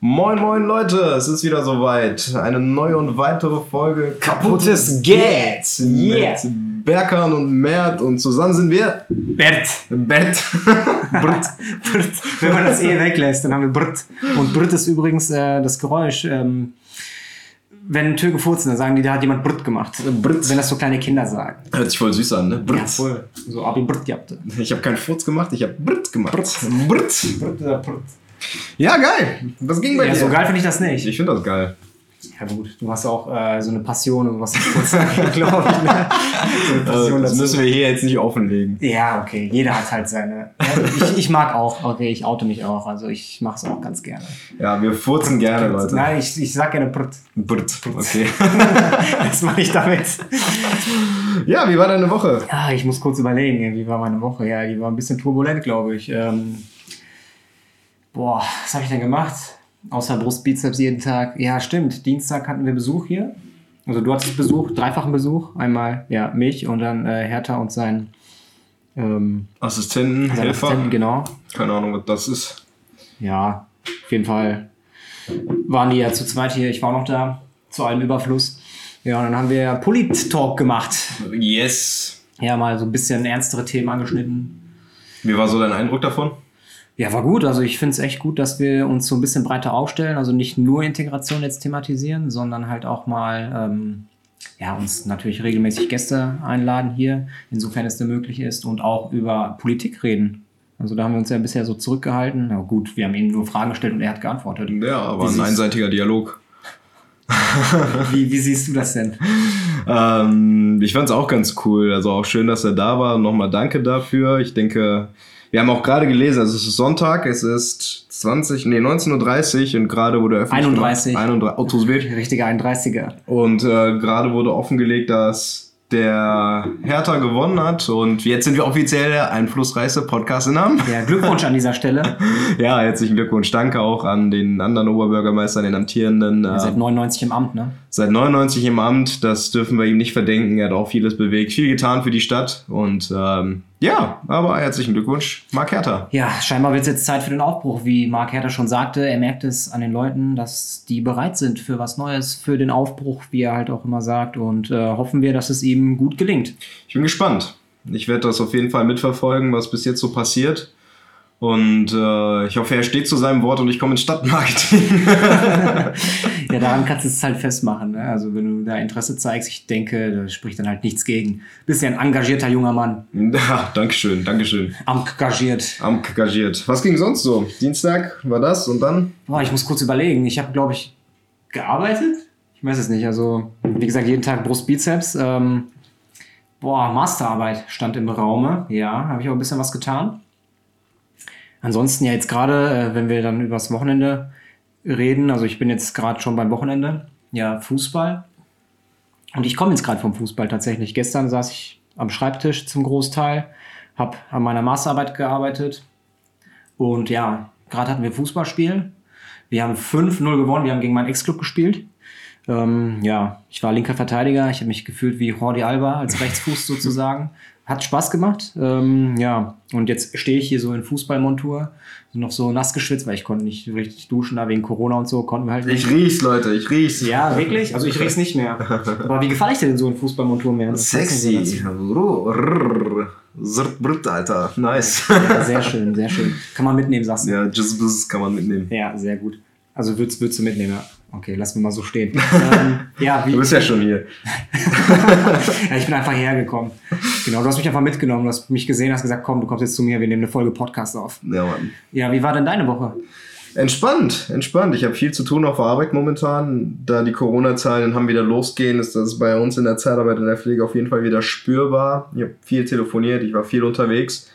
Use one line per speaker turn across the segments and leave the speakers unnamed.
Moin, moin Leute, es ist wieder soweit. Eine neue und weitere Folge
Kaputtes Geld. Yeah.
mit Berkan und Mert und zusammen sind wir
Bert.
Bett.
Brrt. Brrt. Wenn man das eh weglässt, dann haben wir Brrt. Und Brrt ist übrigens äh, das Geräusch, ähm, wenn eine Tür gefurzt ist, dann sagen die, da hat jemand Brrt gemacht. Äh,
Brrt.
Wenn das so kleine Kinder sagen.
Hört sich voll süß an, ne?
Ja, voll. So, Abi Brrt gehabt.
Ich habe keinen Furz gemacht, ich habe Britt gemacht. Britt.
Brrt oder Brrt.
Ja, geil. Das ging bei
Ja,
dir.
so geil finde ich das nicht.
Ich finde das geil.
Ja gut, du hast auch äh, so eine Passion und was das Furzen angeht, glaube ich. Ne? So eine
Also,
Passion
das
dazu.
müssen wir hier jetzt nicht offenlegen.
Ja, okay, jeder hat halt seine. Ja, ich, ich mag auch, okay, ich oute mich auch, also ich mache es auch ganz gerne.
Ja, wir furzen gerne, Leute.
Nein, ich, ich sag gerne Brrt.
Britt. Okay.
Das mache ich damit.
Ja, wie war deine Woche?
Ah, ich muss kurz überlegen, wie war meine Woche? Ja, die war ein bisschen turbulent, glaube ich. Ähm, boah, was habe ich denn gemacht? Außer Brustbizeps jeden Tag. Ja, stimmt. Dienstag hatten wir Besuch hier. Also du hattest Besuch, dreifachen Besuch. Einmal ja mich und dann äh, Hertha und sein, ähm,
Assistenten,
sein Assistenten, genau.
Keine Ahnung, was das ist.
Ja, auf jeden Fall waren die ja zu zweit hier. Ich war noch da, zu allem Überfluss. Ja, und dann haben wir Polit-Talk gemacht.
Yes.
Ja, mal so ein bisschen ernstere Themen angeschnitten.
Wie war so dein Eindruck davon?
Ja, war gut. Also ich finde es echt gut, dass wir uns so ein bisschen breiter aufstellen. Also nicht nur Integration jetzt thematisieren, sondern halt auch mal ähm, ja, uns natürlich regelmäßig Gäste einladen hier, insofern es denn möglich ist, und auch über Politik reden. Also da haben wir uns ja bisher so zurückgehalten. Na gut, wir haben ihm nur Fragen gestellt und er hat geantwortet.
Ja, aber
Wie
ein
siehst-
einseitiger Dialog.
Wie, wie siehst du das denn?
Ähm, ich fand's auch ganz cool. Also auch schön, dass er da war. Nochmal danke dafür. Ich denke, wir haben auch gerade gelesen, also es ist Sonntag, es ist 20, nee, 19.30 Uhr und gerade wurde öffentlich
31.
Gemacht, 31. Oh, tut weh.
Richtiger 31er.
Und äh, gerade wurde offengelegt, dass der Hertha gewonnen hat und jetzt sind wir offiziell der einflussreichste Podcast in Hamm.
Ja, Glückwunsch an dieser Stelle.
Ja, herzlichen Glückwunsch. Danke auch an den anderen Oberbürgermeister, den amtierenden.
Ihr
Äh,
seid 99 im Amt, ne?
seit 99 im Amt. Das dürfen wir ihm nicht verdenken. Er hat auch vieles bewegt, viel getan für die Stadt. Und ähm, ja, aber herzlichen Glückwunsch, Marc Hertha.
Ja, scheinbar wird es jetzt Zeit für den Aufbruch. Wie Mark Herter schon sagte, er merkt es an den Leuten, dass die bereit sind für was Neues, für den Aufbruch, wie er halt auch immer sagt. Und äh, hoffen wir, dass es ihm gut gelingt.
Ich bin gespannt. Ich werde das auf jeden Fall mitverfolgen, was bis jetzt so passiert. Und äh, ich hoffe, er steht zu seinem Wort und ich komme ins Stadtmarketing.
Ja, daran kannst du es halt festmachen. Ne? Also wenn du da Interesse zeigst, ich denke, da spricht dann halt nichts gegen. Bist ja ein engagierter junger Mann.
ja, Dankeschön, Dankeschön.
Engagiert.
Am engagiert. Was ging sonst so? Dienstag war das und dann?
Boah, ich muss kurz überlegen. Ich habe, glaube ich, gearbeitet. Ich weiß es nicht. Also, wie gesagt, jeden Tag Brustbizeps. Ähm, boah, Masterarbeit stand im Raume. Ja, habe ich auch ein bisschen was getan. Ansonsten ja jetzt gerade, äh, wenn wir dann übers Wochenende reden. Also ich bin jetzt gerade schon beim Wochenende. Ja, Fußball. Und ich komme jetzt gerade vom Fußball tatsächlich. Gestern saß ich am Schreibtisch zum Großteil, habe an meiner Masterarbeit gearbeitet. Und ja, gerade hatten wir Fußballspiel. Wir haben 5-0 gewonnen. Wir haben gegen meinen Ex-Club gespielt. Ähm, ja, ich war linker Verteidiger. Ich habe mich gefühlt wie Jordi Alba als Rechtsfuß sozusagen. Hat Spaß gemacht. Ähm, ja, und jetzt stehe ich hier so in Fußballmontur. Noch so nass geschwitzt, weil ich konnte nicht richtig duschen, da wegen Corona und so konnten wir halt nicht.
Ich riech's, Leute, ich riech's.
Ja, wirklich? Also ich riech's nicht mehr. Aber wie gefalle ich dir denn so in Fußballmontur mehr? Das ist
Sexy. Rrrr. Zrt, brrt, Alter. Nice.
Ja, sehr schön, sehr schön. Kann man mitnehmen, sagst du. Ja,
Ja, Just Business kann man mitnehmen.
sehr gut. Also würdest, würdest du mitnehmen, ja. Okay, lass mir mal so stehen. ähm, ja, wie,
Du bist ja schon hier.
ja, ich bin einfach hergekommen. Genau, du hast mich einfach mitgenommen, du hast mich gesehen, hast gesagt, komm, du kommst jetzt zu mir, wir nehmen eine Folge Podcast auf.
Ja, Mann.
Ja, wie war denn deine Woche?
Entspannt, entspannt. Ich habe viel zu tun auf der Arbeit momentan. Da die Corona-Zahlen in Hamm wieder losgehen, ist das bei uns in der Zeitarbeit in der Pflege auf jeden Fall wieder spürbar. Ich habe viel telefoniert, ich war viel unterwegs.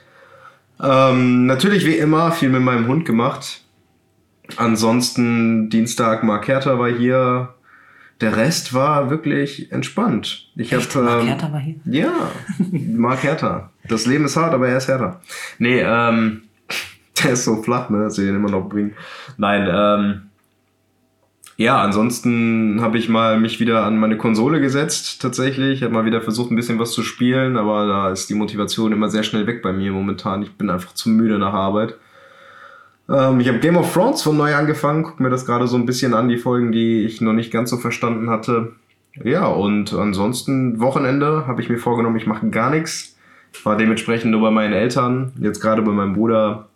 Ähm, natürlich wie immer viel mit meinem Hund gemacht. Ansonsten Dienstag Mark Hertha war hier. Der Rest war wirklich entspannt. Ich ähm, habe
Echt? Mark Hertha war hier?
Ja, Mark Hertha. Das Leben ist hart, aber er ist härter. Nee, ähm, der ist so flach, ne, dass wir ihn immer noch bringen. Nein, ähm, ja, ansonsten habe ich mal mich wieder an meine Konsole gesetzt, tatsächlich. Habe mal wieder versucht, ein bisschen was zu spielen, aber da ist die Motivation immer sehr schnell weg bei mir momentan. Ich bin einfach zu müde nach Arbeit. Ähm, ich habe Game of Thrones von neu angefangen, gucke mir das gerade so ein bisschen an, die Folgen, die ich noch nicht ganz so verstanden hatte. Ja, und ansonsten Wochenende habe ich mir vorgenommen, ich mache gar nichts. War dementsprechend nur bei meinen Eltern, jetzt gerade bei meinem Bruder.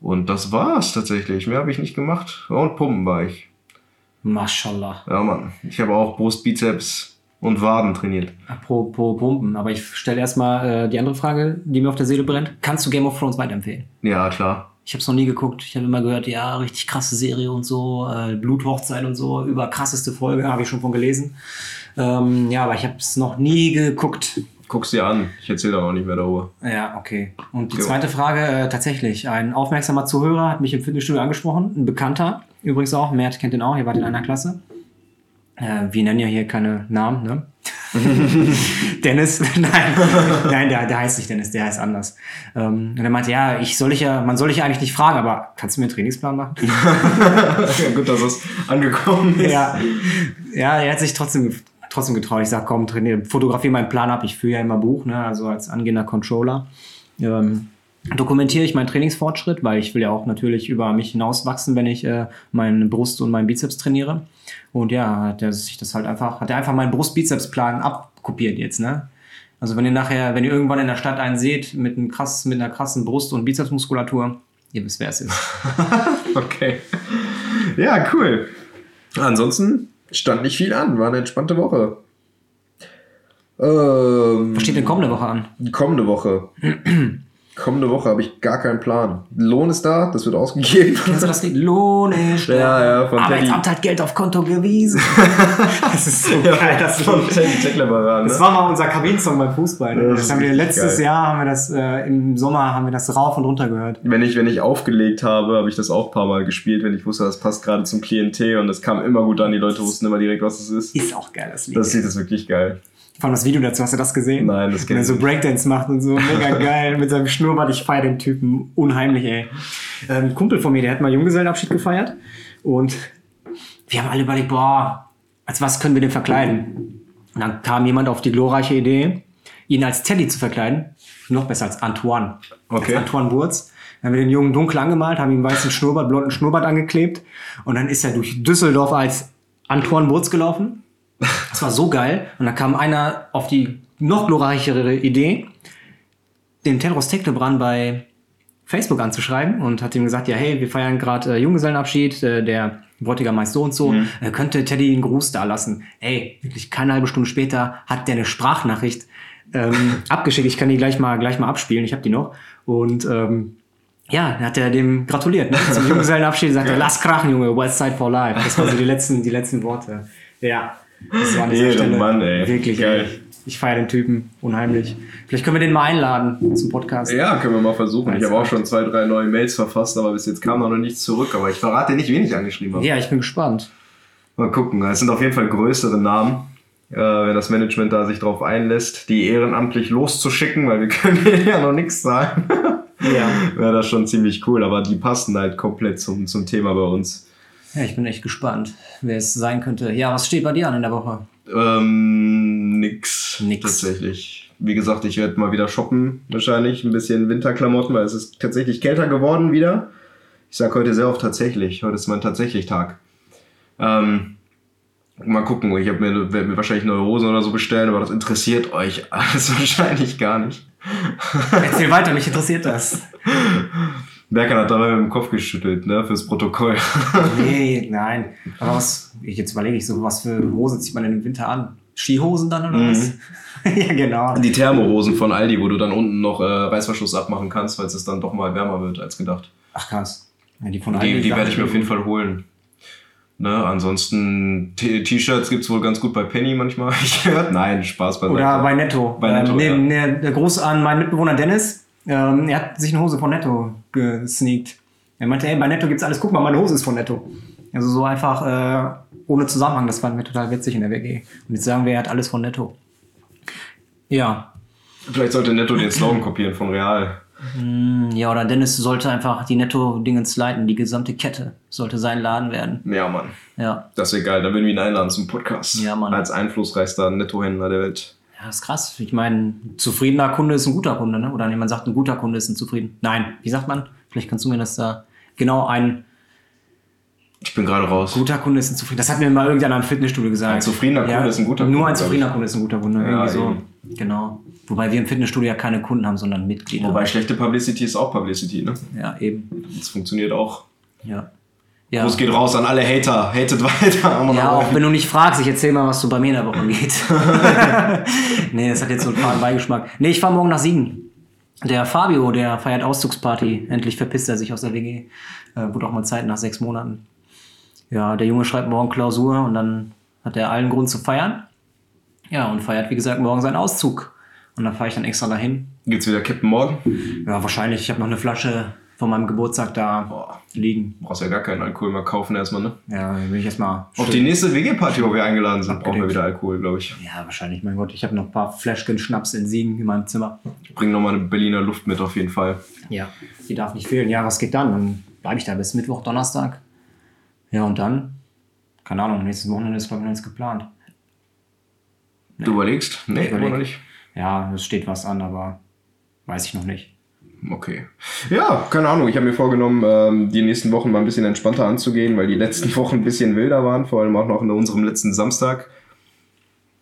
Und das war's tatsächlich. Mehr habe ich nicht gemacht. Und pumpen war ich.
Mashallah.
Ja, Mann. Ich habe auch Brust, Bizeps und Waden trainiert.
Apropos Pumpen, aber ich stelle erstmal äh, die andere Frage, die mir auf der Seele brennt. Kannst du Game of Thrones weiterempfehlen?
Ja, klar.
Ich habe es noch nie geguckt. Ich habe immer gehört, ja, richtig krasse Serie und so, äh, Bluthochzeit und so, überkrasseste Folge, habe ich schon von gelesen. Ähm, ja, aber ich habe es noch nie geguckt.
Guck's dir an. Ich erzähle da auch nicht mehr darüber.
Ja, okay. Und die
Jo.
zweite Frage, äh, tatsächlich. Ein aufmerksamer Zuhörer hat mich im Fitnessstudio angesprochen, ein Bekannter, übrigens auch, Mert kennt den auch, ihr wart in einer Klasse. Äh, wir nennen ja hier keine Namen, ne? Dennis, nein, nein, der, der heißt nicht Dennis, der heißt anders. Ähm, und er meinte, ja, ich soll ich ja, man soll ich ja eigentlich nicht fragen, aber kannst du mir einen Trainingsplan machen?
ja, gut, dass das angekommen ist.
ja. ja, er hat sich trotzdem, trotzdem getraut. Ich sage, komm, trainier, fotografiere meinen Plan ab. Ich führe ja immer Buch, ne? also als angehender Controller. Ähm, dokumentiere ich meinen Trainingsfortschritt, weil ich will ja auch natürlich über mich hinauswachsen, wenn ich äh, meine Brust und meinen Bizeps trainiere. Und ja, hat er sich das halt einfach, hat er einfach meinen Brust-Bizeps-Plan abkopiert jetzt, ne? Also wenn ihr nachher, wenn ihr irgendwann in der Stadt einen seht mit, einem krass, mit einer krassen Brust- und Bizepsmuskulatur, ihr wisst, wer es ist.
Okay. Ja, cool. Ansonsten stand nicht viel an. War eine entspannte Woche. Ähm,
Was steht denn kommende Woche an?
kommende Woche. kommende Woche habe ich gar keinen Plan. Lohn ist da, das wird ausgegeben.
Kennst du das Lied? Lohn ist
Ja, ja, von Teddy.
Arbeitsamt hat Geld auf Konto gewiesen. das ist so geil, das Lied. Das war mal unser Kabinsong beim Fußball.
Ja,
Ne?
das
Das
ist
haben wir
richtig
letztes
geil.
Jahr haben wir das äh, im Sommer haben wir das rauf und runter gehört.
Wenn ich, wenn ich aufgelegt habe, habe ich das auch ein paar Mal gespielt, wenn ich wusste, das passt gerade zum Klientel und das kam immer gut an. Die Leute wussten immer direkt, was es ist.
Ist auch geil, das Lied.
Das Lied ist wirklich geil.
Vor allem das Video dazu, hast du das gesehen?
Nein, das
Wenn
kenn
er
ich
so
nicht.
Breakdance macht und so, mega geil, mit seinem Schnurrbart, ich feier den Typen unheimlich, ey. Ähm, ein Kumpel von mir, der hat mal Junggesellenabschied gefeiert und wir haben alle überlegt, boah, als was können wir den verkleiden? Und dann kam jemand auf die glorreiche Idee, ihn als Teddy zu verkleiden, noch besser als Antoine.
Okay.
Als Antoine Burz. Dann haben wir den Jungen dunkel angemalt, haben ihm einen weißen Schnurrbart, blonden Schnurrbart angeklebt und dann ist er durch Düsseldorf als Antoine Burz gelaufen. Das war so geil. Und dann kam einer auf die noch glorreichere Idee, den Tedros Teklebrand bei Facebook anzuschreiben und hat ihm gesagt, ja, hey, wir feiern gerade äh, Junggesellenabschied, äh, der Bräutigam meist so und so,
Mhm.
äh, könnte Teddy einen Gruß da lassen. Ey, wirklich keine halbe Stunde später hat der eine Sprachnachricht ähm, abgeschickt. Ich kann die gleich mal, gleich mal abspielen, ich habe die noch. Und ähm, ja, dann hat er dem gratuliert. Ne? Zum Junggesellenabschied sagt er, lass krachen, Junge, West Side for Life. Das waren so die letzten, die letzten Worte. Ja, das war an dieser Stelle
Ehrenmann, ey.
wirklich
Geil.
geil. Ich feiere den Typen unheimlich. Vielleicht können wir den mal einladen zum Podcast.
Ja, können wir mal versuchen. Ich
Alles
habe auch
klar.
schon zwei, drei neue Mails verfasst, aber bis jetzt kam da noch nichts zurück. Aber ich verrate dir nicht, wen ich angeschrieben habe.
Ja, ich bin gespannt.
Mal gucken. Es sind auf jeden Fall größere Namen, äh, wenn das Management da sich drauf einlässt, die ehrenamtlich loszuschicken, weil wir können denen ja noch nichts sagen.
Ja.
Wäre das schon ziemlich cool, aber die passen halt komplett zum, zum Thema bei uns.
ich bin echt gespannt, wer es sein könnte. Ja, was steht bei dir an in der Woche?
Ähm, nix.
Nix.
Tatsächlich. Wie gesagt, ich werde mal wieder shoppen, wahrscheinlich. Ein bisschen Winterklamotten, weil es ist tatsächlich kälter geworden wieder. Ich sage heute sehr oft tatsächlich. Heute ist mein tatsächlich Tag. Ähm, mal gucken. Ich habe mir, werd mir wahrscheinlich neue Hosen oder so bestellen, aber das interessiert euch alles wahrscheinlich gar nicht.
Erzähl weiter, mich interessiert das.
Berkan hat dabei mit dem Kopf geschüttelt, ne, fürs Protokoll.
Nee, nein. Aber was, ich- jetzt überlege ich so, was für Hosen zieht man denn im Winter an? Skihosen dann oder was? Mhm. ja, genau.
Die Thermohosen von Aldi, wo du dann unten noch äh, Reißverschluss abmachen kannst, falls es dann doch mal wärmer wird als gedacht.
Ach krass. Ja, die von
Die,
Aldi
die werde ich mir auf jeden
Fall.
Fall holen. Ne, ansonsten T- T-Shirts gibt es wohl ganz gut bei Penny manchmal, hab ich gehört. Nein, Spaß bei
Oder bei Netto.
Bei Netto,
Ähm, neben, ne, Gruß an meinen Mitbewohner Dennis. Ähm, er hat sich eine Hose von Netto gesneakt. Er meinte, ey, bei Netto gibt's alles. Guck mal, meine Hose ist von Netto. Also so einfach äh, ohne Zusammenhang. Das fanden wir total witzig in der WG. Und jetzt sagen wir, er hat alles von Netto. Ja.
Vielleicht sollte Netto den Slogan kopieren von Real.
Ja, oder Dennis sollte einfach die Netto-Dingens leiten. Die gesamte Kette sollte sein Laden werden.
Ja, Mann.
Ja.
Das wäre geil. Dann würden wir ihn einladen zum Podcast.
Ja, Mann.
Als einflussreichster Nettohändler der Welt.
Ja, ist krass. Ich meine, ein zufriedener Kunde ist ein guter Kunde, ne? Oder jemand sagt, ein guter Kunde ist ein zufrieden. Nein, wie sagt man? Vielleicht kannst du mir das da Genau, ein
Ich bin gerade raus.
guter Kunde ist ein zufriedener. Das hat mir mal irgendeiner im Fitnessstudio gesagt.
Ein zufriedener Kunde ist ein guter
Kunde. Nur
Kunde,
ein
glaub
zufriedener Kunde ist ein guter Kunde.
Ja,
irgendwie so.
eben.
Genau. Wobei wir im Fitnessstudio ja keine Kunden haben, sondern Mitglieder.
Wobei schlechte Publicity ist auch Publicity, ne?
ja, eben.
Das funktioniert auch.
Ja. Ja,
Gruß geht raus an alle Hater. Hatet weiter. Am
ja
Laufen.
auch wenn du nicht fragst, ich erzähl mal, was so bei mir in der Woche geht. nee, das hat jetzt so einen faden Beigeschmack. Nee, ich fahr morgen nach Siegen. Der Fabio, der feiert Auszugsparty. Endlich verpisst er sich aus der WG. Äh, wurde auch mal Zeit nach sechs Monaten. Ja, der Junge schreibt morgen Klausur und dann hat er allen Grund zu feiern. Ja, und feiert, wie gesagt, morgen seinen Auszug. Und dann fahre ich dann extra dahin.
Geht's wieder kippen morgen?
Ja, wahrscheinlich. Ich habe noch eine Flasche von meinem Geburtstag da
Boah,
liegen.
brauchst ja gar keinen Alkohol mehr kaufen erstmal, ne?
Ja, dann will ich erstmal.
Auf die nächste WG-Party, wo wir eingeladen sind, brauchen wir
Abgedeckt.
wieder Alkohol, glaube ich.
Ja, wahrscheinlich, mein Gott. Ich habe noch ein paar Fläschchen Schnaps in Siegen in meinem Zimmer.
Ich bring nochmal eine Berliner Luft mit auf jeden Fall.
Ja, die darf nicht fehlen. Ja, was geht dann? Dann bleibe ich da bis Mittwoch, Donnerstag. Ja, und dann? Keine Ahnung, nächstes Wochenende ist, glaube ich, noch nichts geplant.
Du überlegst? Nee,
Ich überleg.
immer noch nicht.
Ja, es steht was an, aber weiß ich noch nicht.
Okay. Ja, keine Ahnung. Ich habe mir vorgenommen, ähm, die nächsten Wochen mal ein bisschen entspannter anzugehen, weil die letzten Wochen ein bisschen wilder waren, vor allem auch noch in unserem letzten Samstag,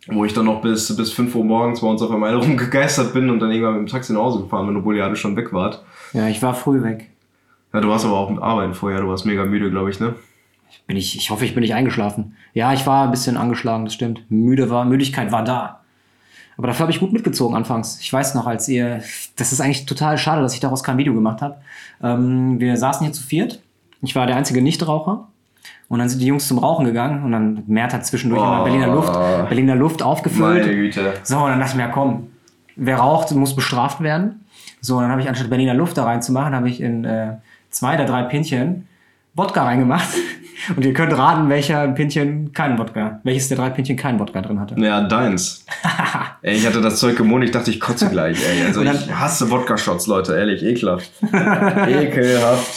wo ich dann noch bis, bis 5 Uhr morgens bei uns auf einmal rumgegeistert bin und dann irgendwann mit dem Taxi nach Hause gefahren bin, obwohl ihr alle schon weg wart.
Ja, ich war früh weg.
Ja, du warst aber auch mit Arbeiten vorher, du warst mega müde, glaube ich, ne?
Bin ich, ich hoffe, ich bin nicht eingeschlafen. Ja, ich war ein bisschen angeschlagen, das stimmt. Müde war, Müdigkeit war da. Aber dafür habe ich gut mitgezogen anfangs. Ich weiß noch, als ihr, das ist eigentlich total schade, dass ich daraus kein Video gemacht habe. Ähm, wir saßen hier zu viert. Ich war der einzige Nichtraucher. Und dann sind die Jungs zum Rauchen gegangen und dann Mert hat zwischendurch
Oh.
immer Berliner Luft, Berliner Luft aufgefüllt.
Meine Güte.
So, und dann dachte ich mir, ja, komm, wer raucht, muss bestraft werden. So, und dann habe ich anstatt Berliner Luft da reinzumachen, habe ich in äh, zwei der drei Pinchen Wodka reingemacht. Und ihr könnt raten, welcher Pinchen keinen Wodka, welches der drei Pinchen keinen Wodka drin hatte.
Ja, deins. ey, ich hatte das Zeug im Mund, ich dachte, ich kotze gleich, ey. Also
Und dann-
ich hasse Wodka-Shots, Leute, ehrlich, ekelhaft. ekelhaft.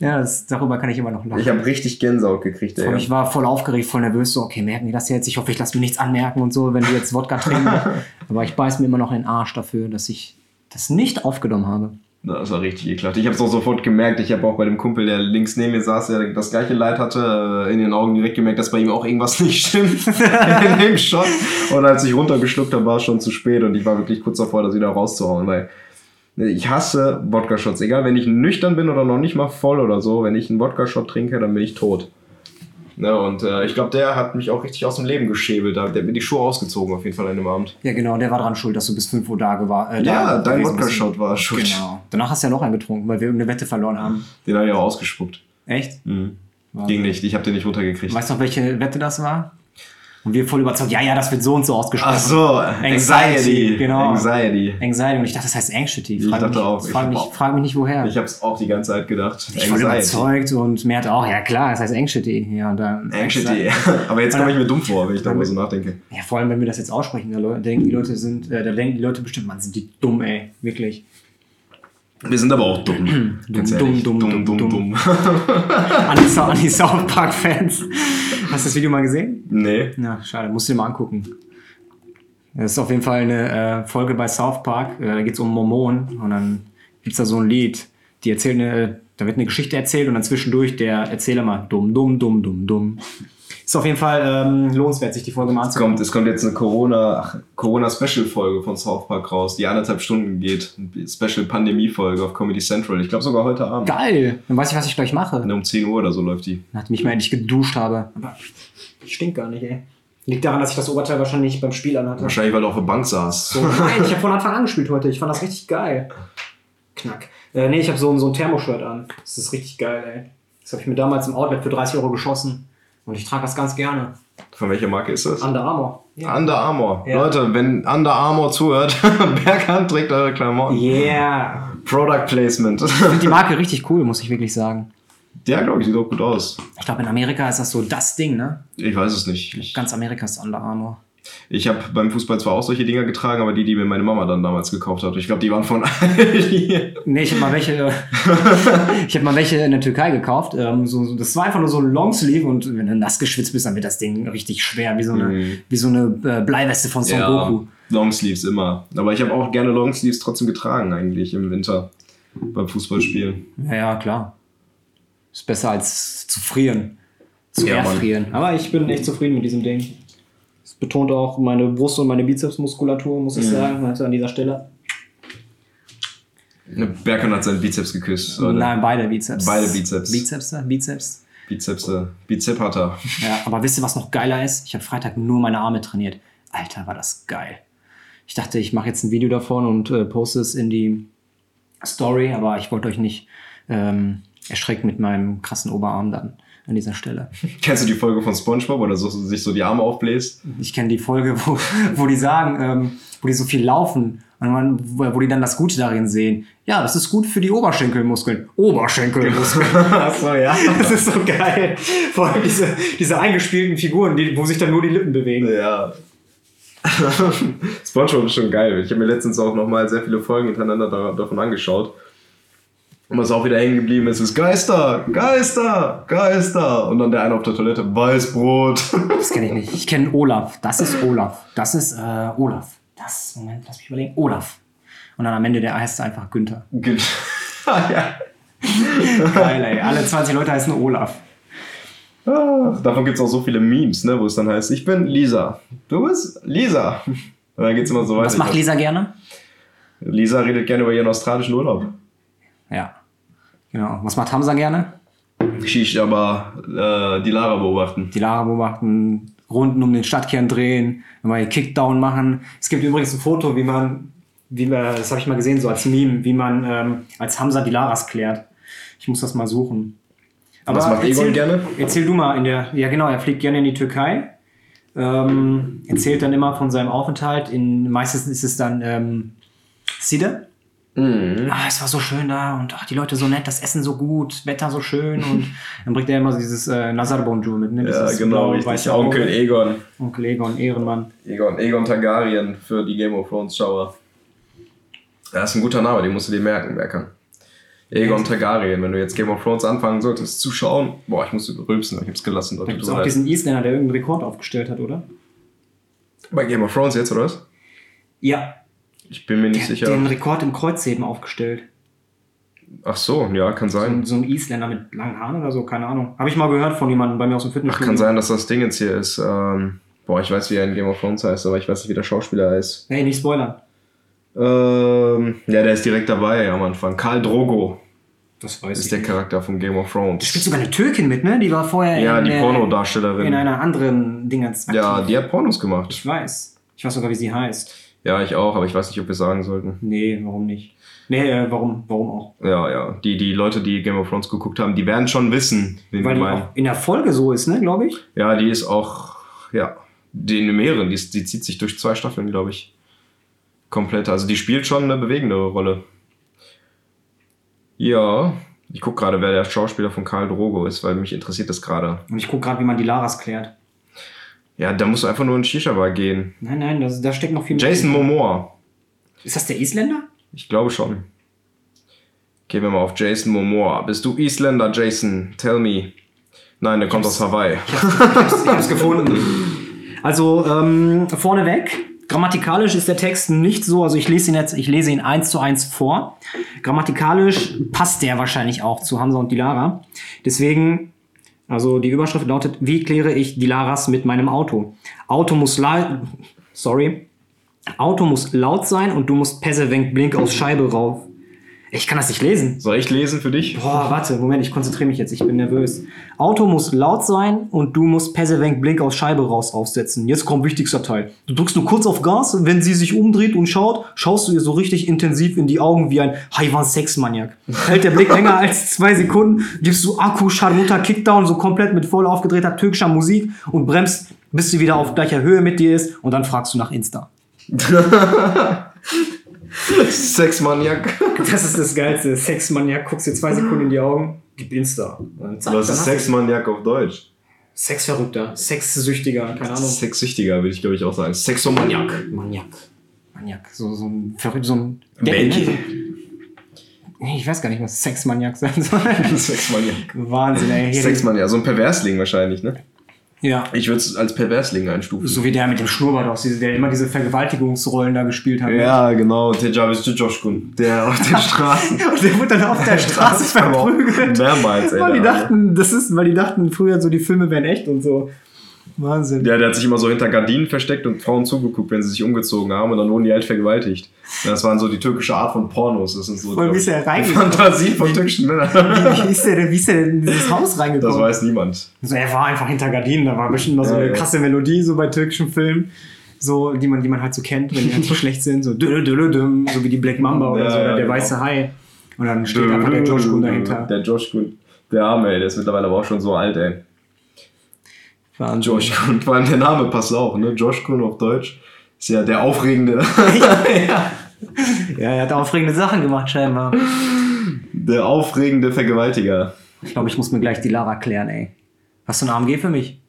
Ja, das, darüber kann ich immer noch lachen.
Ich habe richtig Gänsehaut gekriegt, ey.
Und ich war voll aufgeregt, voll nervös, so, okay, merken die das jetzt? Ich hoffe, ich lasse mir nichts anmerken und so, wenn die jetzt Wodka trinken. Aber ich beiß mir immer noch in den Arsch dafür, dass ich das nicht aufgenommen habe.
Das war richtig ekelhaft. Ich habe es auch sofort gemerkt. Ich habe auch bei dem Kumpel, der links neben mir saß, der das gleiche Leid hatte, äh, in den Augen direkt gemerkt, dass bei ihm auch irgendwas nicht stimmt. in dem Shot. Und als ich runtergeschluckt habe, war es schon zu spät und ich war wirklich kurz davor, das wieder rauszuhauen, weil ich hasse Wodka-Shots. Egal, wenn ich nüchtern bin oder noch nicht mal voll oder so, wenn ich einen Wodka-Shot trinke, dann bin ich tot. Ne, und äh, ich glaube, der hat mich auch richtig aus dem Leben geschäbelt. Der hat mir die Schuhe ausgezogen, auf jeden Fall an dem Abend.
Ja, genau, der war dran schuld, dass du bis 5 Uhr da war. Äh,
Ja,
da
dein
gewesen bist.
Wodka-Shot war schuld.
Genau. Danach hast du ja noch einen getrunken, weil wir irgendeine Wette verloren haben.
Den habe ich auch ausgespuckt.
Echt?
Mhm.
Wahnsinn.
Ging nicht, ich habe den nicht runtergekriegt.
Weißt du noch, welche Wette das war? Und wir voll überzeugt, ja, ja, das wird so und so ausgesprochen.
Ach so,
Anxiety,
Anxiety.
genau.
Anxiety.
Anxiety. Und ich dachte, das heißt Anxiety.
Ich dachte
mich,
auch, ich
Frag
hab
mich,
auch-
frag mich nicht, woher.
Ich habe es auch die ganze Zeit gedacht.
Ich war überzeugt und Mert auch. Ja, klar, das heißt Anxiety. Ja, und dann
Anxiety. Aber jetzt komme ich mir dumm vor, wenn ich darüber so nachdenke.
Ja, vor allem, wenn wir das jetzt aussprechen, da leu- denken die Leute sind, äh, da denken die Leute bestimmt, man, sind die dumm, ey. Wirklich.
Wir sind aber auch dumm. Ganz
Dumm,
ehrlich.
dumm, dumm,
dumm, dumm.
An die, Sau- an die South Park Fans. Hast du das Video mal gesehen?
nee.
Ja, schade, musst du dir mal angucken. Das ist auf jeden Fall eine äh, Folge bei South Park. Äh, da geht es um Mormonen und dann gibt es da so ein Lied, die erzählt eine, da wird eine Geschichte erzählt und dann zwischendurch der Erzähler mal dumm, dumm, dumm, dumm, dumm. Ist auf jeden Fall ähm, lohnenswert, sich die Folge mal
Es
anzugucken.
kommt, es kommt jetzt eine Corona, ach, Corona-Special-Folge von South Park raus, die anderthalb Stunden geht. Eine Special-Pandemie-Folge auf Comedy Central. Ich glaube sogar heute Abend.
Geil! Dann weiß ich, was ich gleich mache.
Um 10 Uhr oder so läuft die.
Nachdem ich mal endlich geduscht habe. Genau. Aber ich stink gar nicht, ey. Liegt daran, dass ich das Oberteil wahrscheinlich nicht beim Spiel anhatte.
Wahrscheinlich, weil du auf der Bank saß.
So, nein, ich habe von Anfang an gespielt heute. Ich fand das richtig geil. Knack. Äh, nee, ich habe so, ein- so ein Thermoshirt an. Das ist richtig geil, ey. Das habe ich mir damals im Outlet für 30 Euro geschossen. Und ich trage das ganz gerne.
Von welcher Marke ist das?
Under Armour. Yeah.
Under Armour.
Ja.
Leute, wenn Under Armour zuhört, Berghand trägt eure Klamotten.
yeah.
Product Placement.
Die Marke richtig cool, muss ich wirklich sagen.
ja, glaube ich, sieht auch gut aus.
Ich glaube, in Amerika ist das so das Ding, ne?
Ich weiß es nicht. Ich,
Ganz Amerika ist Under Armour.
ich habe beim Fußball zwar auch solche Dinger getragen, aber die, die mir meine Mama dann damals gekauft hat. Ich glaube, die waren von Aldi.
Nee, ich habe mal welche. ich habe mal welche in der Türkei gekauft. Ähm, so, so- das war einfach nur so ein Longsleeve und wenn du nass geschwitzt bist, dann wird das Ding richtig schwer, wie so eine,
Mhm.
wie so eine äh, Bleiweste von Son Goku.
Longsleeves immer. Aber ich habe auch gerne Longsleeves trotzdem getragen eigentlich im Winter beim Fußballspielen.
Ja, ja, klar. Ist besser als zu frieren. Zu
Ja, Mann.
erfrieren. Aber ich bin echt zufrieden mit diesem Ding. Es betont auch meine Brust- und meine Bizepsmuskulatur, muss ich sagen. Also an dieser Stelle.
Berkan hat seinen Bizeps geküsst. Oder?
Nein, beide Bizeps.
Beide Bizeps.
Bizeps, ne? Bizeps.
Bizeps, äh, Bizep hat er.
Ja, aber wisst ihr, was noch geiler ist? Ich habe Freitag nur meine Arme trainiert. Alter, war das geil. Ich dachte, ich mache jetzt ein Video davon und äh, poste es in die Story, aber ich wollte euch nicht ähm, erschrecken mit meinem krassen Oberarm dann an dieser Stelle.
Kennst du die Folge von Spongebob, wo er so, sich so die Arme aufbläst?
Ich kenne die Folge, wo, wo die sagen, ähm, wo die so viel laufen und man, wo, wo die dann das Gute darin sehen. Ja, das ist gut für die Oberschenkelmuskeln. Oberschenkelmuskeln.
Achso, ja.
Das ist so geil. Vor allem diese, diese eingespielten Figuren, die, wo sich dann nur die Lippen bewegen.
Ja. Spongebob ist schon geil. Ich habe mir letztens auch nochmal sehr viele Folgen hintereinander da, davon angeschaut. Und was auch wieder hängen geblieben ist, ist Geister, Geister, Geister. Und dann der eine auf der Toilette, Weißbrot.
Das kenne ich nicht. Ich kenne Olaf. Das ist Olaf. Das ist äh, Olaf. Das, Moment, lass mich überlegen. Olaf. Und dann am Ende der heißt einfach Günther.
Gen- Ah, ja.
Geil, ey. Alle 20 Leute heißen Olaf.
Ah, Davon gibt es auch so viele Memes, ne, wo es dann heißt, ich bin Lisa. Du bist Lisa. Und dann geht es immer so weiter.
Was macht
Ich
Lisa gerne?
glaub, Lisa redet gerne über ihren australischen Urlaub.
Ja. Genau. Was macht Hamza gerne?
Schicht aber äh, die Lara beobachten.
Die Lara beobachten, Runden um den Stadtkern drehen, mal Kickdown machen. Es gibt übrigens ein Foto, wie man, wie man das habe ich mal gesehen, so als Meme, wie man ähm, als Hamza die Laras klärt. Ich muss das mal suchen. Aber
Was macht Egon gerne?
Erzähl du mal in der. Ja, genau, er fliegt gerne in die Türkei. Ähm, erzählt dann immer von seinem Aufenthalt. In, meistens ist es dann ähm, Side.
Mhm.
Ah, es war so schön da und ach, die Leute so nett, das Essen so gut, Wetter so schön und dann bringt er immer so dieses äh, Nazar Bonjour mit. Ne?
Ja,
Dieses
genau,
blaue,
richtig.
weiße
Onkel E.
Auge.
Egon.
Onkel Egon, Ehrenmann.
Egon, Egon Targaryen für die Game of Thrones Schauer. Das ist ein guter Name, den musst du dir merken, Berkan. Egon Targaryen, wenn du jetzt Game of Thrones anfangen solltest zu schauen. Boah, ich muss rülpsen, aber ich hab's gelassen. Leute,
Da gibt es
tut mir
auch
leid.
diesen Isländer, der irgendeinen Rekord aufgestellt hat, oder?
Bei Game of Thrones jetzt, oder was?
Ja,
Ich bin mir
der
nicht
hat
sicher.
den Rekord im Kreuzheben aufgestellt.
Ach so, ja, kann sein.
So ein Isländer mit langen Haaren oder so, keine Ahnung. Habe ich mal gehört von jemandem bei mir aus dem
Ach,
Fitnessstudio.
kann sein, dass das Ding jetzt hier ist. Ähm, boah, ich weiß, wie er in Game of Thrones heißt, aber ich weiß nicht, wie der Schauspieler heißt.
Nee, nicht spoilern.
Ähm, ja, der ist direkt dabei am Anfang. Karl Drogo
Das weiß
ist der Charakter von Game of Thrones.
Spielt sogar eine Türkin mit, ne? Die war vorher
Ja,
in,
die
der- in
Pornodarstellerin.
einer anderen Dingens.
Ja,
aktiv.
die hat Pornos gemacht.
ich weiß. Ich weiß sogar, wie sie heißt.
Ja, ich auch, aber ich weiß nicht, ob wir sagen sollten.
Nee, warum nicht? Nee, äh, warum, warum auch?
Ja, ja. Die, die Leute, die Game of Thrones geguckt haben, die werden schon wissen, wen
Weil
wir
die
meinen.
auch in der Folge so ist, ne, glaube ich.
Ja, die ist auch, ja, die in mehreren, die, ist- die zieht sich durch zwei Staffeln, glaube ich. Komplett. Also die spielt schon eine bewegende Rolle. Ja. Ich gucke gerade, wer der Schauspieler von Karl Drogo ist, weil mich interessiert das gerade.
Und ich gucke gerade, wie man die Laras klärt.
Ja, da musst du einfach nur in Shisha-Bar gehen.
Nein, nein, das, da steckt noch viel
Jason Momoa.
Ist das der Isländer?
Ich glaube schon. Gehen wir mal auf Jason Momoa. Bist du Isländer, Jason? Tell me. Nein, der kommt aus Hawaii.
Ich hab's gefunden. Also, ähm, vorneweg, grammatikalisch ist der Text nicht so, also ich lese ihn jetzt, ich lese ihn eins zu eins vor. Grammatikalisch passt der wahrscheinlich auch zu Hamza und Dilara. Deswegen, also die Überschrift lautet, wie kläre ich Dilaras mit meinem Auto? Auto muss laut, sorry, Auto muss laut sein und du musst Pässe, Wenk, Blink aus Scheibe rauf. Ich kann das nicht lesen.
Soll ich lesen für dich?
Boah, warte, Moment, ich konzentriere mich jetzt, ich bin nervös. Auto muss laut sein und du musst Persevenk Blink aus Scheibe raus aufsetzen. Jetzt kommt wichtigster Teil. Du drückst nur kurz auf Gas, wenn sie sich umdreht und schaut, schaust du ihr so richtig intensiv in die Augen wie ein haiwan sexmaniak Hält der Blick länger als zwei Sekunden, gibst du Akku, Scharmuta, Kickdown so komplett mit voll aufgedrehter türkischer Musik und bremst, bis sie wieder auf gleicher Höhe mit dir ist und dann fragst du nach Insta.
Sexmaniak.
Das ist das Geilste. Sexmaniak, guckst dir zwei Sekunden in die Augen, gib Insta.
Was ist Sexmaniak auf Deutsch?
Sexverrückter, Sexsüchtiger, keine Ahnung.
Sexsüchtiger, würde ich glaube ich auch sagen. Sexomaniak.
Maniak. Maniak. So, so ein verrückt, so ein. ne?
Belki.
Nee, ich weiß gar nicht, was Sexmaniak sein soll.
Sexmaniak.
Wahnsinn, ey. Hier
Sexmaniak, so ein Perversling wahrscheinlich, ne?
Ja.
Ich würde es als Perversling einstufen.
So wie der mit dem Schnurrbart aus, diese- der immer diese Vergewaltigungsrollen da gespielt hat. ne?
Ja, genau, Tejavis Joshkun, der auf den Straßen.
Und der wurde dann auf der Straße verprügelt.
Mehrmals, ey. ne?
Weil die
der Arme.
dachten, das ist, weil die dachten früher so, die Filme wären echt und so. Wahnsinn.
Ja, der hat sich immer so hinter Gardinen versteckt und Frauen zugeguckt, wenn sie sich umgezogen haben und dann wurden die halt vergewaltigt. Und das waren so die türkische Art von Pornos. Das sind so
Voll, wie ist er
die
reingekommen?
Fantasie von türkischen Männern.
Wie ist der denn, wie ist der denn in dieses Haus
Das
reingekommen?
weiß niemand.
So, er war einfach hinter Gardinen, da war bestimmt mal so
Ja,
eine
ja.
krasse Melodie, so bei türkischen Filmen. So, die man, die man halt so kennt, wenn die halt so schlecht sind, so dö, dö, dö, dö, so wie die Black Mamba oder
Ja,
so, oder
ja,
der
genau.
weiße Hai. Und dann steht einfach der Josh Kuhn dahinter.
Der Josh Kuhn. Der Arme, ey, der ist mittlerweile aber auch schon so alt, ey.
Wahnsinn.
Josh Kuhn. Vor allem der Name passt auch, ne? Josh Kuhn auf Deutsch ist ja der aufregende,
Ja, er hat aufregende Sachen gemacht, scheinbar.
der aufregende Vergewaltiger.
Ich glaube, ich muss mir gleich die Lara klären, ey. Hast du ein AMG für mich?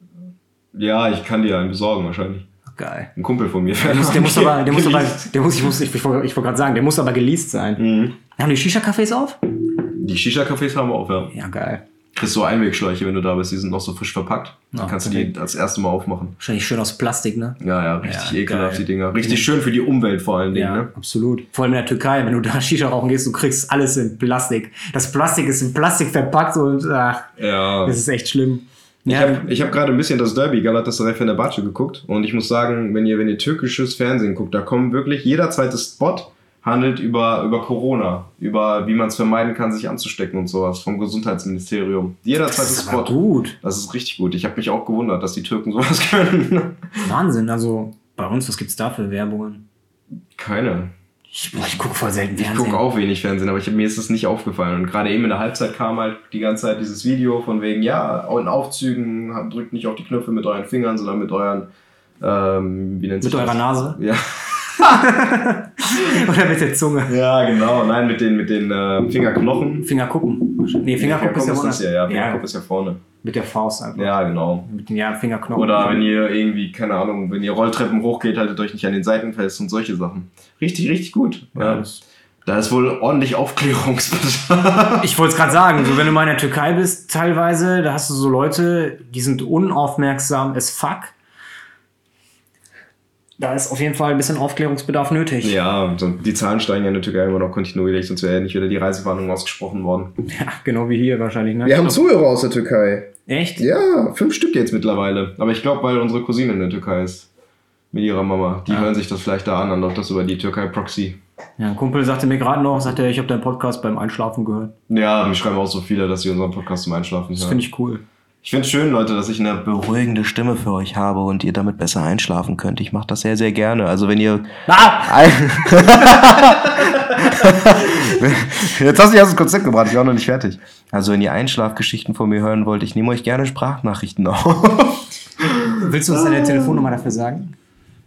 Ja, ich kann dir einen besorgen wahrscheinlich.
Ach, Geil.
Ein Kumpel von mir.
Der muss, der muss aber, der muss aber, der muss, ich muss, ich, ich wollte ich wollte gerade sagen, der muss aber geleast sein.
Mhm.
Haben die Shisha-Cafés auf?
Die Shisha-Cafés haben wir auch, ja.
Ja, geil.
kriegst du Einwegschläuche, wenn du da bist. Die sind noch so frisch verpackt. Dann
Ah,
kannst du
perfekt.
die als erstes Mal aufmachen.
Wahrscheinlich schön aus Plastik, ne?
Ja, ja, richtig
Ja,
ekelhaft,
geil.
die Dinger. Richtig schön für die Umwelt vor allen Dingen.
Ja,
Ne?
absolut. Vor allem in der Türkei, wenn du da Shisha rauchen gehst, du kriegst alles in Plastik. Das Plastik ist in Plastik verpackt und ach,
Ja.
das ist echt schlimm.
Ich
Ja,
habe ich hab gerade ein bisschen das Derby Galatasaray Fenerbahce geguckt und ich muss sagen, wenn ihr, wenn ihr türkisches Fernsehen guckt, da kommen wirklich jeder zweite Spot handelt über, über Corona, über wie man es vermeiden kann, sich anzustecken und sowas vom Gesundheitsministerium. Jeder
das
zweite
ist aber
Spot.
gut.
Das ist richtig gut. Ich habe mich auch gewundert, dass die Türken sowas können.
Wahnsinn, also bei uns, was gibt's da für Werbungen?
Keine.
Ich, boah, ich gucke voll selten
Ich
Fernsehen.
gucke auch wenig Fernsehen, aber ich, mir ist es nicht aufgefallen. Und gerade eben in der Halbzeit kam halt die ganze Zeit dieses Video von wegen, ja, in Aufzügen hab- drückt nicht auf die Knöpfe mit euren Fingern, sondern mit euren, ähm, wie nennt
Mit
sich
eurer
das?
Nase
Ja.
oder mit der Zunge.
ja, genau. Nein, mit den, mit den äh, Fingerknochen.
Finger gucken. Nee, Finger gucken ist ja
Fingerknochen
woanders.
ja, ja,
Ja,
Fingerkopf ist ja vorne.
mit der Faust einfach.
Ja, genau.
Mit den ja, Fingerknochen.
Oder wenn ihr irgendwie, keine Ahnung, wenn ihr Rolltreppen hochgeht, haltet euch nicht an den Seiten fest und solche Sachen. Richtig, richtig gut.
Ja,
Ja.
das-
Da ist wohl ordentlich Aufklärungsbedarf.
Ich wollte es gerade sagen, so wenn du mal in der Türkei bist, teilweise, da hast du so Leute, die sind unaufmerksam as fuck. Da ist auf jeden Fall ein bisschen Aufklärungsbedarf nötig.
Ja, so, die Zahlen steigen ja in der Türkei immer noch kontinuierlich, sonst wäre ja nicht wieder die Reisewarnung ausgesprochen worden.
Ja, genau wie hier wahrscheinlich, ne?
Wir haben Zuhörer aus der Türkei.
Echt?
Ja, fünf Stück jetzt mittlerweile. Aber ich glaube, weil unsere Cousine in der Türkei ist. Mit ihrer Mama. Die hören sich das vielleicht da an, dann läuft das über die Türkei-Proxy.
Ja, ein Kumpel sagte mir gerade noch, sagte, ich habe deinen Podcast beim Einschlafen gehört.
Ja, mir schreiben auch so viele, dass sie unseren Podcast zum Einschlafen
Das
hören.
finde ich cool.
Ich finde es schön, Leute, dass ich eine beruhigende Stimme für euch habe und ihr damit besser einschlafen könnt. Ich mache das sehr, sehr gerne. Also wenn ihr...
Ah!
Jetzt hast du mich aus dem Konzept gebracht, ich war noch nicht fertig. Also wenn ihr Einschlafgeschichten von mir hören wollt, ich nehme euch gerne Sprachnachrichten auf.
Willst du uns deine Telefonnummer dafür sagen?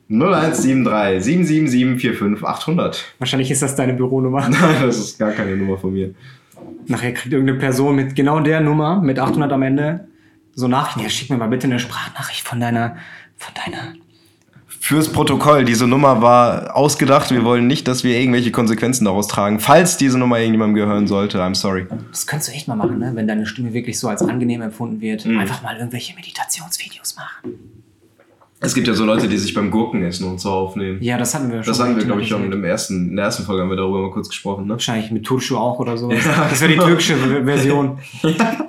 0173 777 45 800.
Wahrscheinlich ist das deine Büronummer.
Das ist gar keine Nummer von mir.
Nachher kriegt irgendeine Person mit genau der Nummer, mit 800 am Ende, so Nachrichten. Ja, schick mir mal bitte eine Sprachnachricht von deiner, von deiner
Fürs Protokoll, diese Nummer war ausgedacht. Wir wollen nicht, dass wir irgendwelche Konsequenzen daraus tragen. Falls diese Nummer irgendjemandem gehören sollte, I'm sorry.
Das könntest du echt mal machen, ne? wenn deine Stimme wirklich so als angenehm empfunden wird. Einfach mal irgendwelche Meditationsvideos machen.
Es gibt ja so Leute, die sich beim Gurkenessen und so aufnehmen.
Ja, das hatten wir schon.
Das haben wir,
mal
glaube ich, schon
thematisiert.
im ersten, in der ersten Folge haben wir darüber mal kurz gesprochen, ne?
Wahrscheinlich mit Turşu auch oder so. Das wäre die türkische Ver- Version.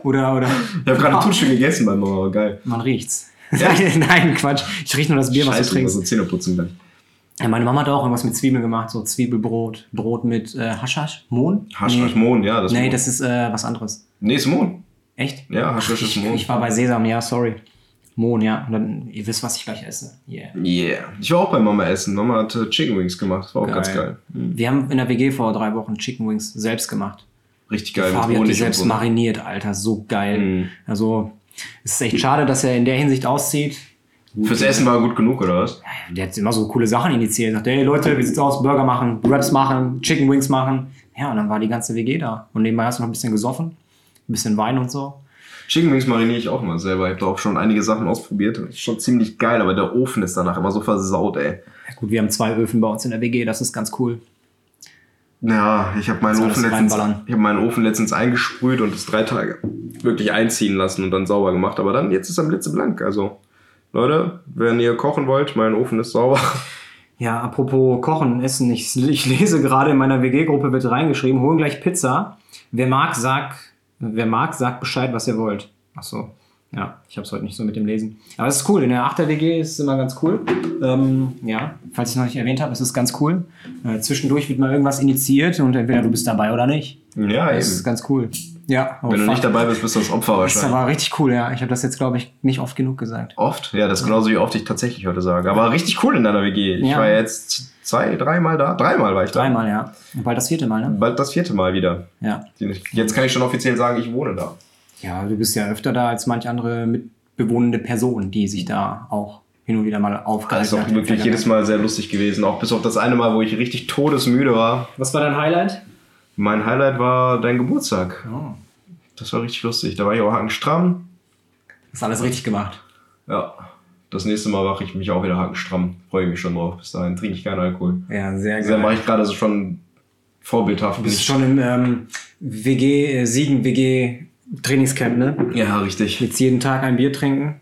Oder, oder.
Ich habe gerade Tutsche gegessen bei Mama, aber geil.
Man riecht's.
Ja.
Nein, Quatsch. Ich riech nur das Bier, was
Scheiße,
du trinkst.
so Zähneputzen gleich.
Ja, meine Mama hat auch irgendwas mit Zwiebeln gemacht, so Zwiebelbrot. Brot mit äh, Haschasch? Mohn?
Hasch, Hasch,
nee.
Mohn, ja. Das
Nee,
Mohn.
das ist äh, was anderes.
nee, ist Mohn.
Echt?
Ja, Hasch, Hasch ist
Ich,
Mohn.
ich war bei Sesam, ja, sorry. Mohn, ja. Und dann, ihr wisst, was ich gleich esse. Yeah.
Yeah. Ich war auch bei Mama essen. Mama hat äh, Chicken Wings gemacht. War auch ganz geil. Hm.
Wir haben in der WG vor drei Wochen Chicken Wings selbst gemacht.
Richtig geil.
Fabi hat die
und
selbst
so.
mariniert, Alter. So geil.
Mhm.
Also, es ist echt schade, dass er in der Hinsicht auszieht.
Fürs Essen war gut genug, oder was?
Der hat immer so coole Sachen initiiert. Sagt, hey Leute, wie sieht's aus? Burger machen, Wraps machen, Chicken Wings machen. Ja, und dann war die ganze WG da. Und nebenbei hast du noch ein bisschen gesoffen, ein bisschen Wein und so.
Chicken Wings mariniere ich auch mal selber. Ich habe da auch schon einige Sachen ausprobiert. Ist schon ziemlich geil, aber der Ofen ist danach immer so versaut, ey.
Ja, gut, wir haben zwei Öfen bei uns in der WG, das ist ganz cool.
Ja, ich habe meinen,
Soll
Ofen
das
letztens-
reinballern?
ich hab meinen Ofen letztens eingesprüht und es drei Tage wirklich einziehen lassen und dann sauber gemacht. Aber dann, jetzt ist er blitzeblank. Also Leute, wenn ihr kochen wollt, mein Ofen ist sauber.
Ja, apropos Kochen, Essen. Ich, ich lese gerade in meiner WG-Gruppe wird reingeschrieben, holen gleich Pizza. Wer mag, sagt, wer mag, sagt Bescheid, was ihr wollt. Ach so. Ja, ich habe es heute nicht so mit dem Lesen. Aber es ist cool. In der 8er WG ist es immer ganz cool. Ähm, ja, falls ich noch nicht erwähnt habe, ist es ganz cool. Äh, zwischendurch wird mal irgendwas initiiert und entweder du bist dabei oder nicht.
Ja,
Das ist ganz cool. Ja, oh,
Wenn du
fuck.
nicht dabei bist, bist du das Opfer
Das ist
wahrscheinlich.
aber richtig cool, ja. Ich habe das jetzt, glaube ich, nicht oft genug gesagt.
Oft? Ja, das ist genauso wie oft ich tatsächlich heute sage. Aber richtig cool in deiner WG. Ich
Ja.
war jetzt zwei, dreimal da. Dreimal war ich da.
Dreimal, ja. Und bald das vierte Mal, ne?
Bald das vierte Mal wieder.
Ja.
Jetzt kann ich schon offiziell sagen, ich wohne da.
Ja, du bist ja öfter da als manch andere mitbewohnende Person, die sich da auch hin und wieder mal aufgehalten
Das ist Also auch
hat.
wirklich jedes Mal sehr lustig gewesen. Auch bis auf das eine Mal, wo ich richtig todesmüde war.
Was war dein Highlight?
Mein Highlight war dein Geburtstag.
Oh,
Das war richtig lustig. Da war ich auch hakenstramm.
ist alles richtig gemacht.
Ja. Das nächste Mal mache ich mich auch wieder hakenstramm. Freue mich schon drauf. Bis dahin trinke ich keinen Alkohol.
Ja, sehr
Also, dann
geil.
mache ich gerade so schon vorbildhaft.
Du bist schon im ähm, WG, äh, Siegen WG Trainingscamp, ne?
ja, richtig.
Jetzt jeden Tag ein Bier trinken.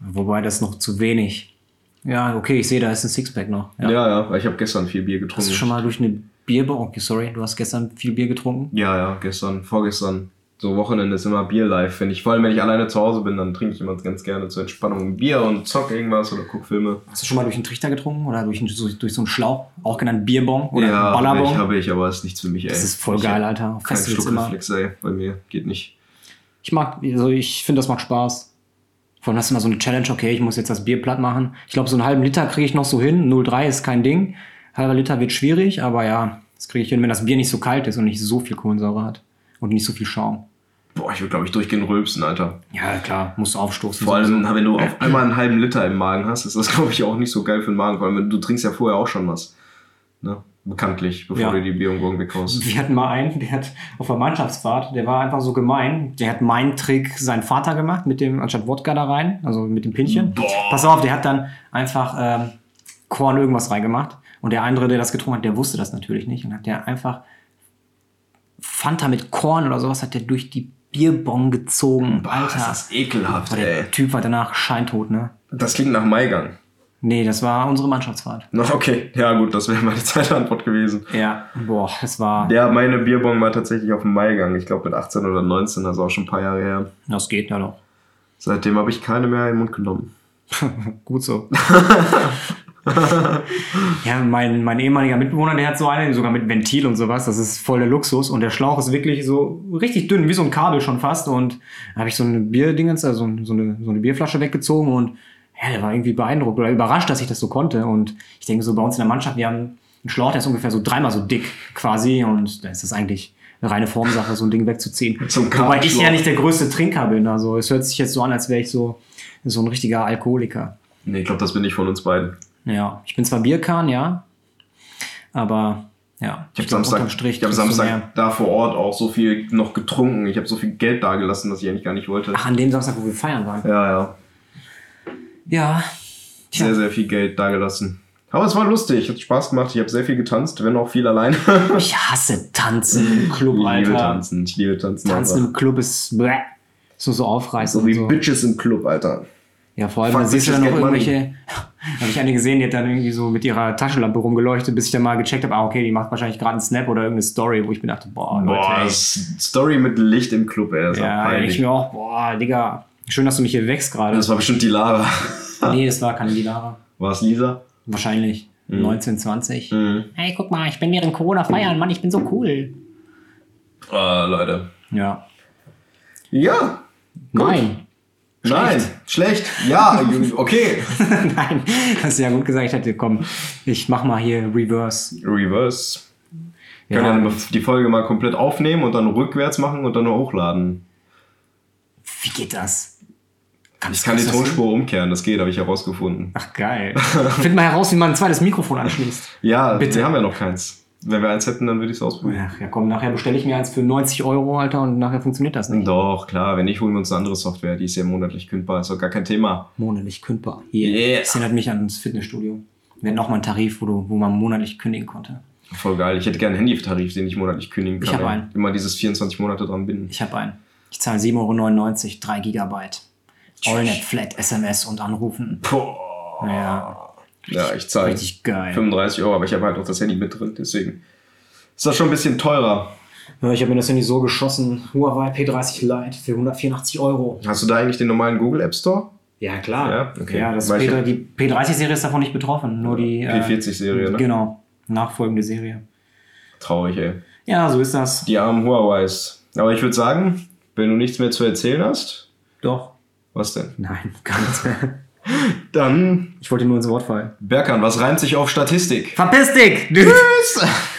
Wobei das noch zu wenig. Ja, okay, ich sehe, da ist ein Sixpack noch. Ja.
Ja, ja. ich habe gestern viel Bier getrunken.
Hast du schon mal durch eine Bierbar? Okay, sorry, du hast gestern viel Bier getrunken.
Ja, ja, gestern, vorgestern. So Wochenende ist immer Bier live, finde ich. Vor allem, wenn ich alleine zu Hause bin, dann trinke ich immer ganz gerne zur Entspannung ein Bier und zock irgendwas oder guck Filme.
Hast du schon mal durch einen Trichter getrunken oder durch, einen, so- durch so einen Schlauch, auch genannt Bierbon oder
ja,
Ballerbon?
ich habe ich, aber ist nichts für mich, ey.
Das ist voll
ich
geil,
hab
Alter. Auf
Kein
Festivals immer.
Schluckreflex, ey. Bei mir geht nicht.
Ich mag, also ich finde, das macht Spaß. Vor allem hast du immer so eine Challenge, okay, ich muss jetzt das Bier platt machen. Ich glaube, so einen halben Liter kriege ich noch so hin. 0,3 ist kein Ding. Halber Liter wird schwierig, aber ja, das kriege ich hin, wenn das Bier nicht so kalt ist und nicht so viel Kohlensäure hat und nicht so viel Schaum.
Boah, ich würde, glaube ich, durchgehen rülpsen, Alter.
Ja, klar, musst du aufstoßen.
Vor allem, wenn du auf einmal einen halben Liter im Magen hast, ist das, glaube ich, auch nicht so geil für den Magen. Vor allem, du trinkst ja vorher auch schon was. Ne? Bekanntlich, bevor
Ja.
du die Bierumgurken weghaust.
Wir hatten mal einen, der hat auf der Mannschaftsfahrt, der war einfach so gemein. Der hat meinen Trick seinen Vater gemacht, mit dem, anstatt Wodka da rein, also mit dem Pinchen. Pass auf, der hat dann einfach ähm, Korn irgendwas reingemacht. Und der andere, der das getrunken hat, der wusste das natürlich nicht. Und hat der einfach Fanta mit Korn oder sowas, hat der durch die Bierbong gezogen.
Boah,
Alter.
ist Ah, das ekelhaft,
Aber der
ey.
Typ war danach scheintot, ne?
Das klingt nach Maigang.
Nee, das war unsere Mannschaftsfahrt.
Na, okay. Ja, gut, das wäre meine zweite Antwort gewesen.
Ja. Boah, das war.
Ja, meine Bierbong war tatsächlich auf dem Maigang. Ich glaube mit 18 oder 19, also auch schon ein paar Jahre her.
Das geht ja doch.
Seitdem habe ich keine mehr in den Mund genommen.
Gut so. ja, mein, mein ehemaliger Mitbewohner, der hat so eine, sogar mit Ventil und sowas. Das ist voll der Luxus. Und der Schlauch ist wirklich so richtig dünn, wie so ein Kabel schon fast. Und da habe ich so eine Bierdingens, also so eine, so eine Bierflasche weggezogen und ja, der war irgendwie beeindruckt oder überrascht, dass ich das so konnte. Und ich denke, so bei uns in der Mannschaft, wir haben einen Schlauch, der ist ungefähr so dreimal so dick quasi. Und da ist das eigentlich eine reine Formsache, so ein Ding wegzuziehen.
So ein
Wobei ich ja
Kartenschlauch.
nicht der größte Trinker bin. Also es hört sich jetzt so an, als wäre ich so, so ein richtiger Alkoholiker.
Nee, ich glaube, das bin ich von uns beiden.
Ja, ich bin zwar Bierkahn, ja, aber ja.
Ich habe
glaub,
Samstag,
unterm Strich
ich hab
trinkst du
Samstag
mehr.
da vor Ort auch so viel noch getrunken. Ich habe so viel Geld dagelassen, dass ich eigentlich gar nicht wollte.
Ach, an dem Samstag, wo wir feiern waren.
Ja, ja.
Ja. Tja.
Sehr, sehr viel Geld dagelassen. Aber es war lustig, hat Spaß gemacht. Ich habe sehr viel getanzt, wenn auch viel allein.
Ich hasse Tanzen im Club,
Ich liebe
Alter.
tanzen, ich liebe tanzen.
Tanzen
einfach.
im Club ist bläh. Ist nur so aufreißend.
So wie
und so.
Bitches im Club, Alter.
Ja, vor allem,
Fuck
dann siehst du dann
bitches
noch
get money.
irgendwelche. Habe ich eine gesehen, die hat dann irgendwie so mit ihrer Taschenlampe rumgeleuchtet, bis ich dann mal gecheckt habe, ah, okay, die macht wahrscheinlich gerade einen Snap oder irgendeine Story, wo ich mir dachte, boah,
Boah,
Leute, ey.
S- Story mit Licht im Club, ey. Das, war
Ja, denk ich
peinlich.
mir auch, boah, Digga, schön, dass du mich hier wächst gerade.
das war bestimmt die Lara.
Nee, das war keine Dilara.
War es Lisa?
Wahrscheinlich
Mhm.
19, 20. Hey, guck mal, ich bin während Corona feiern, Mann, ich bin so cool.
Ah, Leute.
Ja.
Ja.
Nein.
Nein. Schlecht. Ja, ju- okay.
Nein, das ist ja gut gesagt. Ich hätte, komm, ich mach mal hier Reverse.
Reverse. Wir
Ja.
können ja die Folge mal komplett aufnehmen und dann rückwärts machen und dann nur hochladen.
Wie geht das? Kannst
Ich kann die
kannst du das-
Tonspur umkehren, das geht, habe ich herausgefunden.
Ach, geil. Find mal heraus, wie man ein zweites Mikrofon anschließt.
Ja,
Bitte.
wir haben ja noch keins. Wenn wir eins hätten, dann würde ich es ausprobieren.
Ach ja, komm, nachher bestelle ich mir eins für 90 Euro, Alter, und nachher funktioniert das nicht.
Doch, klar, wenn nicht, holen wir uns eine andere Software, die ist ja monatlich kündbar, ist doch gar kein Thema.
Monatlich kündbar. Yeah.
Yeah.
Das erinnert mich ans Fitnessstudio. Wir hatten auch mal einen Tarif, wo, du, wo man monatlich kündigen konnte.
Voll geil, ich hätte gerne einen Handytarif, den ich monatlich kündigen
Ich
kann.
hab
ey.
einen.
Immer dieses 24 Monate dran binden.
Ich habe einen. Ich zahle 7,99 Euro, 3 Gigabyte. Allnet Flat, SMS und anrufen.
Boah.
Ja.
Ja, ich zahle
Richtig geil.
35 Euro, aber ich habe halt auch das Handy mit drin, deswegen ist das schon ein bisschen teurer.
Ja, ich habe mir das Handy so geschossen. Huawei P30 Lite für 184 Euro.
Hast du da eigentlich den normalen Google App Store?
Ja, klar.
Ja, okay.
ja das
Weil ich
P3,
hab-
die P30-Serie ist davon nicht betroffen. Nur die äh,
P40-Serie, ne?
Genau. Nachfolgende Serie.
Traurig, ey.
Ja, so ist das.
Die armen Huawei's. Aber ich würde sagen, wenn du nichts mehr zu erzählen hast,
Doch.
was denn?
Nein, gar nichts mehr.
Dann,
Ich wollte nur ins Wort fallen.
Berkan, was reimt sich auf Statistik?
Verpiss dich!
Tschüss!